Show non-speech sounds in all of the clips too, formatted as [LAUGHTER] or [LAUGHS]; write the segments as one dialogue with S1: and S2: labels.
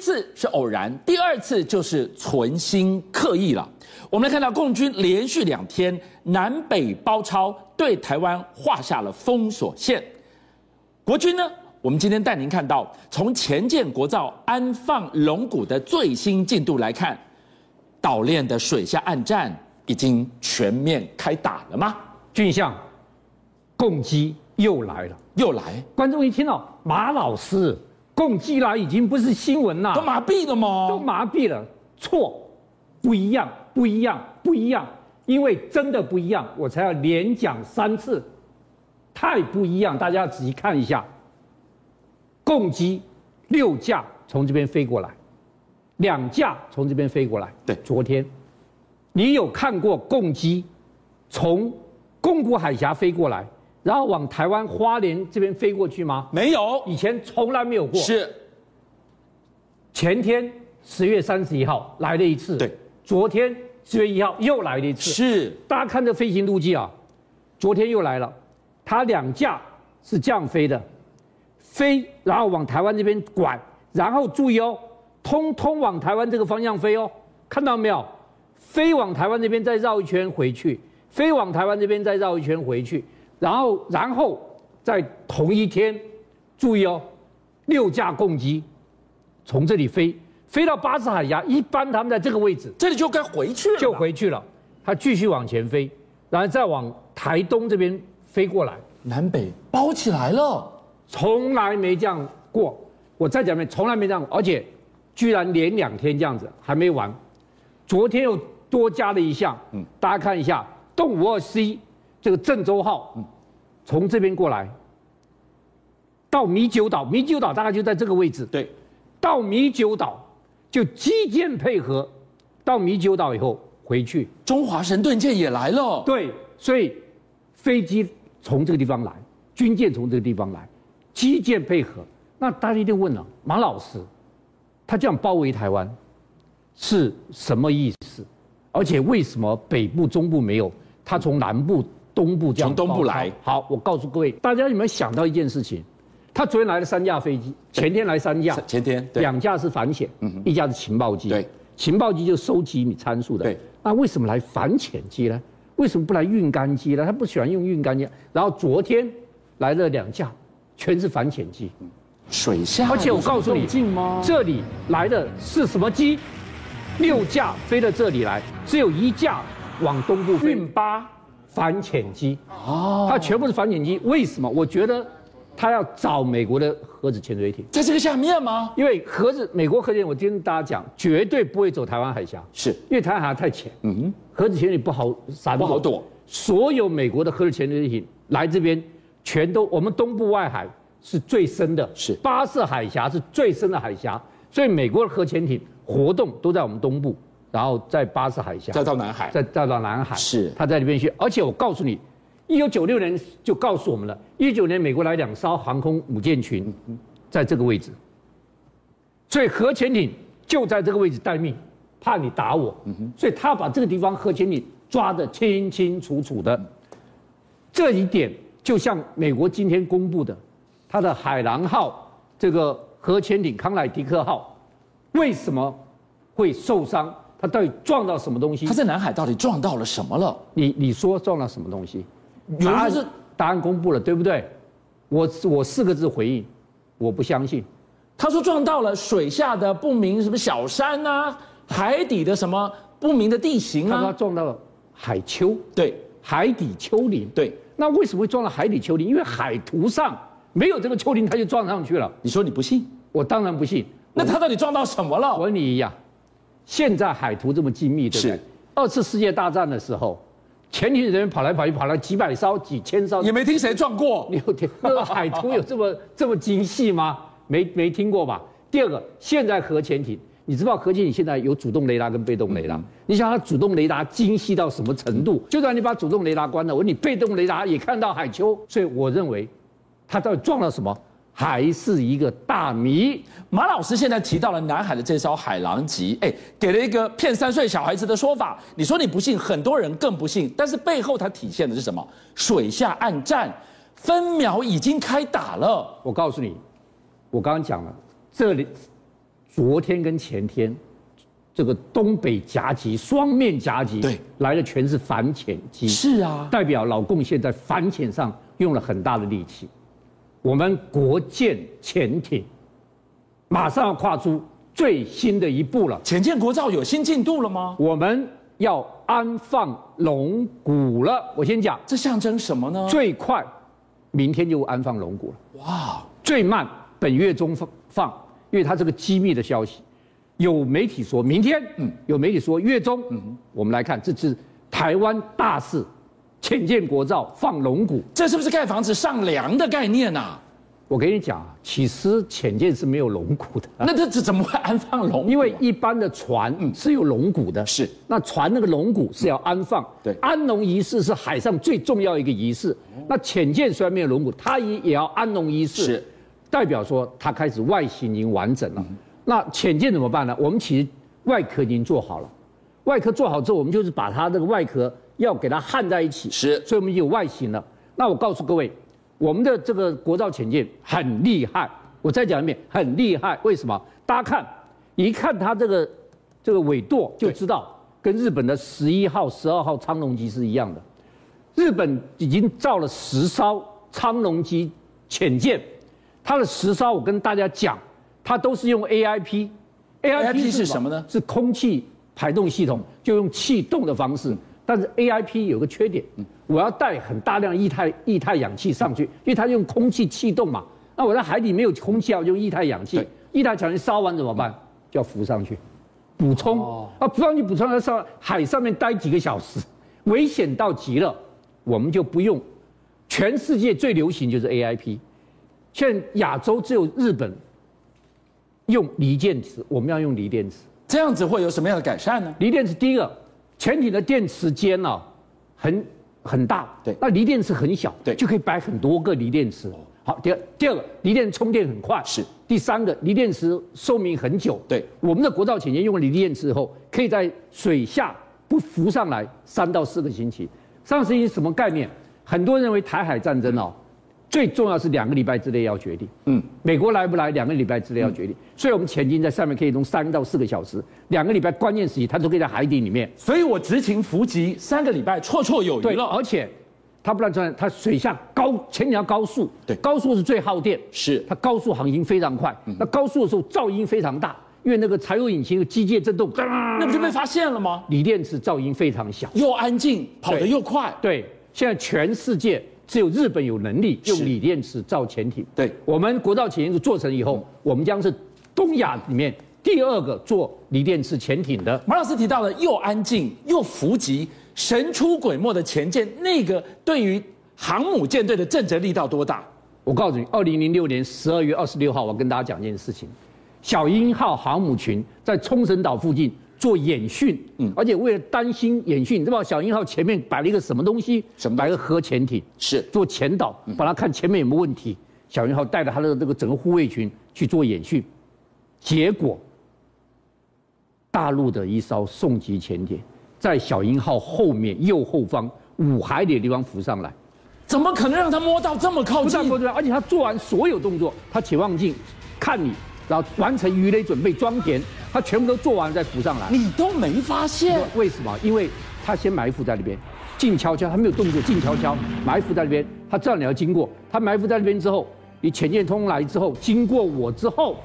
S1: 次是偶然，第二次就是存心刻意了。我们来看到共军连续两天南北包抄，对台湾画下了封锁线。国军呢？我们今天带您看到，从前建国造安放龙骨的最新进度来看，岛链的水下岸战已经全面开打了吗？
S2: 俊相，共机又来了。
S1: 又来，
S2: 观众一听到马老师共机来，已经不是新闻啦
S1: 都，麻痹了吗？
S2: 都麻痹了。错，不一样，不一样，不一样，因为真的不一样，我才要连讲三次，太不一样。大家仔细看一下，共机六架从这边飞过来，两架从这边飞过来。
S1: 对
S2: 昨天你有看过共机从宫古海峡飞过来，然后往台湾花莲这边飞过去吗？
S1: 没有，
S2: 以前从来没有过。
S1: 是
S2: 前天十月三十一号来了一次，
S1: 对，
S2: 昨天十月一号又来了一次。
S1: 是，
S2: 大家看这飞行路径啊，昨天又来了，它两架是这样飞的，飞然后往台湾这边拐，然后注意哦，通通往台湾这个方向飞哦，看到没有？飞往台湾这边再绕一圈回去，飞往台湾这边再绕一圈回去，然后然后在同一天，注意哦，六架共机从这里飞，飞到巴士海峡，一般他们在这个位置。
S1: 这里就该回去了，
S2: 就回去了。它继续往前飞，然后再往台东这边飞过来，
S1: 南北包起来了。
S2: 从来没这样过。我再讲一遍，从来没这样过，而且居然连两天这样子，还没完。昨天又多加了一项，嗯，大家看一下，动五二 C 这个郑州号，从这边过来到米酒岛，米酒岛大概就在这个位置，
S1: 对，
S2: 到米酒岛就基建配合，到米酒岛以后回去，
S1: 中华神盾舰也来了。
S2: 对，所以飞机从这个地方来，军舰从这个地方来，基建配合。那大家一定问了、马老师，他这样包围台湾是什么意思？而且为什么北部、中部没有？他从南部、东部这样
S1: 从东部
S2: 包
S1: 来
S2: 好，我告诉各位，大家有没有想到一件事情？他昨天来了三架飞机，前天来三架，
S1: 前天对嗯
S2: 两架是反潜，一架是情报机。
S1: 对，
S2: 情报机就收集你参数的。
S1: 对，
S2: 那为什么来反潜机呢？为什么不来运杆机呢？他不喜欢用运杆机。然后昨天来了两架，全是反潜机。
S1: 水下，
S2: 而且我告诉你，这里来的是什么机？六架飞到这里来，只有一架往东部飞。运八反潜机，哦，
S1: 啊
S2: 它全部是反潜机。为什么？我觉得它要找美国的核子潜水艇，
S1: 在这个下面吗？
S2: 因为核子美国核潜艇，我跟大家讲，绝对不会走台湾海峡，
S1: 是，
S2: 因为台湾海峡太浅，
S1: 嗯，
S2: 核子潜艇不好闪
S1: 不好躲。
S2: 所有美国的核子潜水艇来这边，全都我们东部外海是最深的，
S1: 是
S2: 巴士海峡是最深的海峡，所以美国的核潜艇活动都在我们东部，然后在巴士海峡，
S1: 再到南海，
S2: 再再到南海，
S1: 是
S2: 他在里面去。而且我告诉你，一九九六年就告诉我们了，一九年美国来两艘航空母舰群，在这个位置，所以核潜艇就在这个位置待命，怕你打我，
S1: 嗯
S2: 所以他把这个地方核潜艇抓得清清楚楚
S1: 嗯
S2: 的。这一点就像美国今天公布的，它的海狼号这个核潜艇康乃狄克号，为什么会受伤？它到底撞到什么东西
S1: 他？在南海到底撞到了什么了？
S2: 你你说撞了什么东西？
S1: 有
S2: 答
S1: 人
S2: 案
S1: 说是
S2: 答案公布了，对不对？我我四个字回应，我不相信。
S1: 他说撞到了水下的不明什么小山啊，海底的什么不明的地形
S2: 他说他
S1: 啊，
S2: 撞到了海丘，
S1: 对
S2: 海底丘陵。
S1: 对，
S2: 那为什么会撞到海底丘陵？因为海图上没有这个丘陵，它就撞上去了。
S1: 你说你不信，
S2: 我当然不信。
S1: 那他到底撞到什么
S2: 我
S1: 了？
S2: 问你一样，现在海图这么精密，对不对
S1: 是？
S2: 二次世界大战的时候，潜艇人员跑来跑去，跑了几百艘、几千艘，
S1: 也没听谁撞
S2: [LAUGHS]
S1: 过，
S2: 六天，那个海图有这么这么精细吗？没没听过吧？第二个，现在核潜艇，你知不知道核潜艇现在有主动雷达跟被动雷达？你想它主动雷达精细到什么程度？就算你把主动雷达关了，我你被动雷达也看到海丘，所以我认为，它到底撞了什么，还是一个大谜。
S1: 马老师现在提到了南海的这艘海狼级，哎，给了一个骗三岁小孩子的说法。你说你不信，很多人更不信，但是背后它体现的是什么？水下暗战，分秒已经开打了。
S2: 我告诉你，我刚刚讲了，这里昨天跟前天，这个东北夹击、双面夹击，
S1: 对，
S2: 来的全是反潜机，
S1: 是啊，
S2: 代表老共现在反潜上用了很大的力气。我们国舰潜艇马上要跨出最新的一步了，
S1: 潜舰国造有新进度了吗？
S2: 我们要安放龙骨了。我先讲，
S1: 这象征什么呢？
S2: 最快明天就安放龙骨了。
S1: 哇，
S2: 最慢本月中放放，因为它这个机密的消息，有媒体说明天，嗯，有媒体说月中，嗯，我们来看这次台湾大事，浅见国造放龙骨。
S1: 这是不是盖房子上梁的概念呐、啊？
S2: 我跟你讲啊，其实浅见是没有龙骨的，
S1: 那这这怎么会安放龙骨啊？
S2: 因为一般的船是有龙骨的，
S1: 嗯是
S2: 那船那个龙骨是要安放，
S1: 对哦
S2: 安龙仪式是海上最重要一个仪式。那潜舰虽然没有龙骨，它也也要安龙仪式，
S1: 是嗯
S2: 代表说它开始外形已经完整了。那潜舰怎么办呢？我们其实外壳已经做好了，外壳做好之后，我们就是把它这个外壳要给它焊在一起，
S1: 是
S2: 所以我们有外形了。那我告诉各位，我们的这个国造潜舰很厉害，我再讲一遍，很厉害。为什么？大家看，一看它这个这个尾舵就知道，跟日本的十一号、十二号苍龙级是一样的。日本已经造了十艘苍龙级潜舰，它的十艘我跟大家讲，它都是用 AIP。
S1: AIP 是
S2: 什
S1: 什么呢？
S2: 是空气排动系统，就用气动的方式。但是 AIP 有个缺点，嗯我要带很大量液态液态氧气上去，因为它用空气气动嘛。那我在海底没有空气啊，我用液态氧气
S1: 对，
S2: 液态氧气烧完怎么办？就要浮上去，补充
S1: 哦
S2: 啊，浮上去补充，要上海上面待几个小时，危险到极了，我们就不用。全世界最流行就是 AIP，现在亚洲只有日本用锂电池，我们要用锂电池。
S1: 这样子会有什么样的改善呢？
S2: 锂电池第一个，潜艇的电池间呢、很很大，
S1: 对
S2: 那锂电池很小，
S1: 对
S2: 就可以摆很多个锂电池。好，第二第二个，锂电池充电很快，
S1: 是。
S2: 第三个，锂电池寿命很久，
S1: 对
S2: 我们的国造潜舰用了锂电池后，可以在水下不浮上来三到四个星期。三到四个星期什么概念？很多人认为台海战争哦，最重要是两个礼拜之内要决定。
S1: 嗯，
S2: 美国来不来，两个礼拜之内要决定。所以我们潜艇在上面可以用三到四个小时，两个礼拜关键时期它都可以在海底里面。
S1: 所以我执勤伏击三个礼拜，绰绰有余
S2: 对，
S1: 了。
S2: 而且它不但这样，它水下高潜艇要高速，
S1: 对
S2: 高速是最耗电，
S1: 是
S2: 它高速航行非常快。那高速的时候噪音非常大，因为那个柴油引擎有机械震动，
S1: 那不就被发现了吗？
S2: 锂电池噪音非常小。
S1: 又安静，跑得
S2: 对
S1: 又快，
S2: 对，现在全世界只有日本有能力用
S1: 是
S2: 锂电池造潜艇。
S1: 对
S2: 我们国造潜艇做成以后，我们将是东亚里面第二个做锂电池潜艇的。
S1: 马老师提到了又安静又伏击、神出鬼没的前舰，那个对于航母舰队的震慑力道多大？
S2: 我告诉你，二零零六年十二月二十六号，我跟大家讲一件事情：小鹰号航母群在冲绳岛附近做演训，嗯，而且为了担心演训，你知道小鹰号前面摆了一个什么东西？
S1: 什么东西
S2: 摆了个核潜艇，
S1: 是
S2: 做前导，把它看前面有没有问题。小鹰号带着他的这个整个护卫群去做演训，结果大陆的一艘宋级潜艇在小鹰号后面右后方五海里的地方浮上来。
S1: 怎么可能让他摸到这么靠
S2: 不
S1: 近
S2: 但？不对，而且他做完所有动作，他潜望镜看你，然后完成鱼雷准备装填，他全部都做完了再浮上来。
S1: 你都没发现，
S2: 为什么？因为他先埋伏在那边，静悄悄，他没有动作，静悄悄埋伏在那边。他知道你要经过，他埋伏在那边之后，你潜舰通来之后，经过我之后，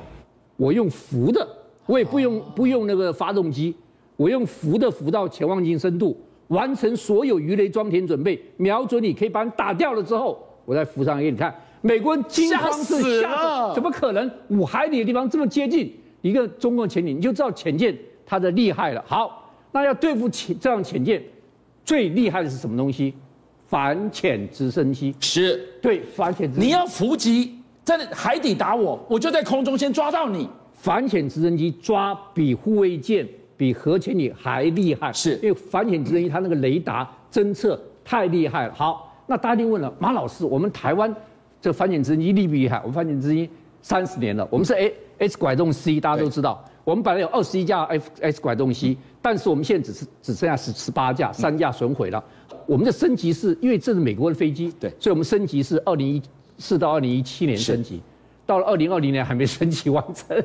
S2: 我用浮的，我也不用不用那个发动机，我用浮的浮到潜望镜深度，完成所有鱼雷装填准备，瞄准你可以把你打掉了之后，我再浮上来给你看。美国人惊
S1: 吓
S2: 慌
S1: 死
S2: 是吓
S1: 了
S2: 死，怎么可能五海里的地方这么接近一个中共潜艇，你就知道潜舰它的厉害了。好，那要对付潜这样潜舰，最厉害的是什么东西？反潜直升机。
S1: 是
S2: 对，反潜直
S1: 你要伏击，在海底打我，我就在空中先抓到你。
S2: 反潜直升机抓比护卫舰、比核潜艇还厉害，
S1: 是
S2: 因为反潜直升机它那个雷达侦测太厉害了。好，那大家一定问了，马老师，我们台湾这反潜直升机厉不厉害？我们反潜直升机三十年了，我们是 A S 拐动 C，大家都知道，我们本来有二十一架 F S 拐动 C，、但是我们现在只是只剩下十十八架，三架损毁了。我们的升级是因为这是美国的飞机，
S1: 对
S2: 所以我们升级是二零一四到二零一七年
S1: 是
S2: 升级。到了二零二零年还没升级完成。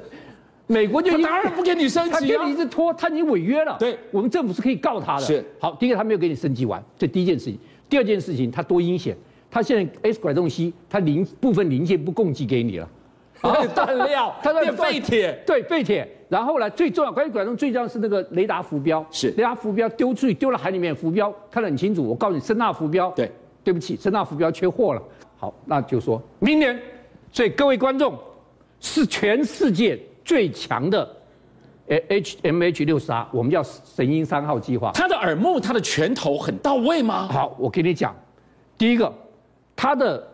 S2: 美国就
S1: 他
S2: 因为
S1: 当然不给你升
S2: 他
S1: 级
S2: 给
S1: 啊
S2: 你一。直拖，他已经违约了。
S1: 对
S2: 我们政府是可以告他的。
S1: 是
S2: 好，第一个他没有给你升级完，这第一件事情。第二件事情，他多阴险，他现在 S 拐东西，他零部分零件不供给给你了。
S1: 它哦断
S2: [LAUGHS]
S1: 料，
S2: 它在
S1: 变废铁，
S2: 对废铁。然后呢，最重要，关于拐动最重要是那个雷达浮标，
S1: 是
S2: 雷达浮标丢出去，丢到海里面，浮标看得很清楚。我告诉你，声纳浮标，
S1: 对，
S2: 对不起，声纳浮标缺货了。好，那就说明年，所以各位观众是全世界最强的。H M H 六十 R，我们叫神鹰三号计划。
S1: 他的耳目，他的拳头很到位吗？
S2: 好，我跟你讲，第一个，它的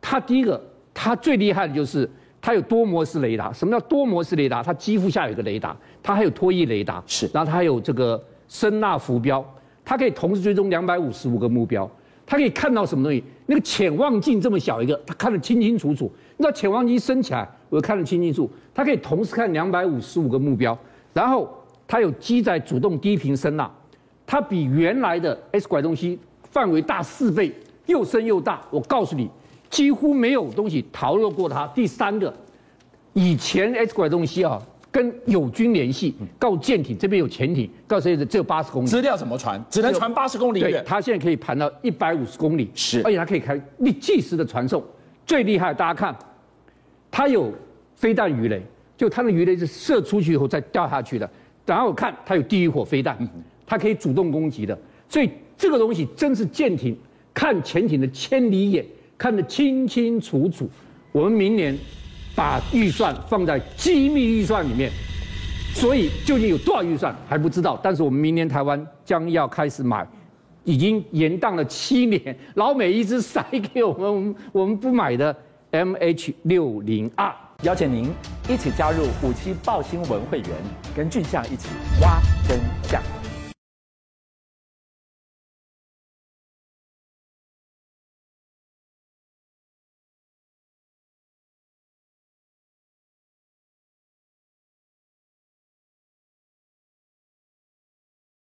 S2: 它第一个，它最厉害的就是它有多模式雷达。什么叫多模式雷达？它机腹下有一个雷达，它还有脱衣雷达，
S1: 是
S2: 然后它还有这个声纳浮标，它可以同时追踪两百五十五个目标。它可以看到什么东西？那个潜望镜这么小一个，它看得清清楚楚。那潜望镜一升起来，我看得清清楚。它可以同时看两百五十五个目标，然后它有机载主动低频声呐，它比原来的 S 拐东西范围大四倍，又深又大。我告诉你，几乎没有东西逃得过它。第三个，以前 S 拐东西啊，跟友军联系，告舰艇这边有潜艇，告谁只有八十公里。
S1: 资料怎么传？只能传八十公里
S2: 对，
S1: 远。
S2: 它现在可以盘到一百五十公里，
S1: 是
S2: 而且它可以开立即时的传送。最厉害，大家看，它有飞弹鱼雷，就它的鱼雷是射出去以后再掉下去的。然后我看它有地狱火飞弹，
S1: 嗯
S2: 它可以主动攻击的。所以这个东西真是舰艇看潜艇的千里眼，看得清清楚楚。我们明年把预算放在机密预算里面，所以究竟有多少预算还不知道，但是我们明年台湾将要开始买，已经延宕了七年，老美一直塞给我们，我们我们不买的 M H 六零二。
S3: 邀请您一起加入虎七报新闻会员，跟俊相一起挖真相。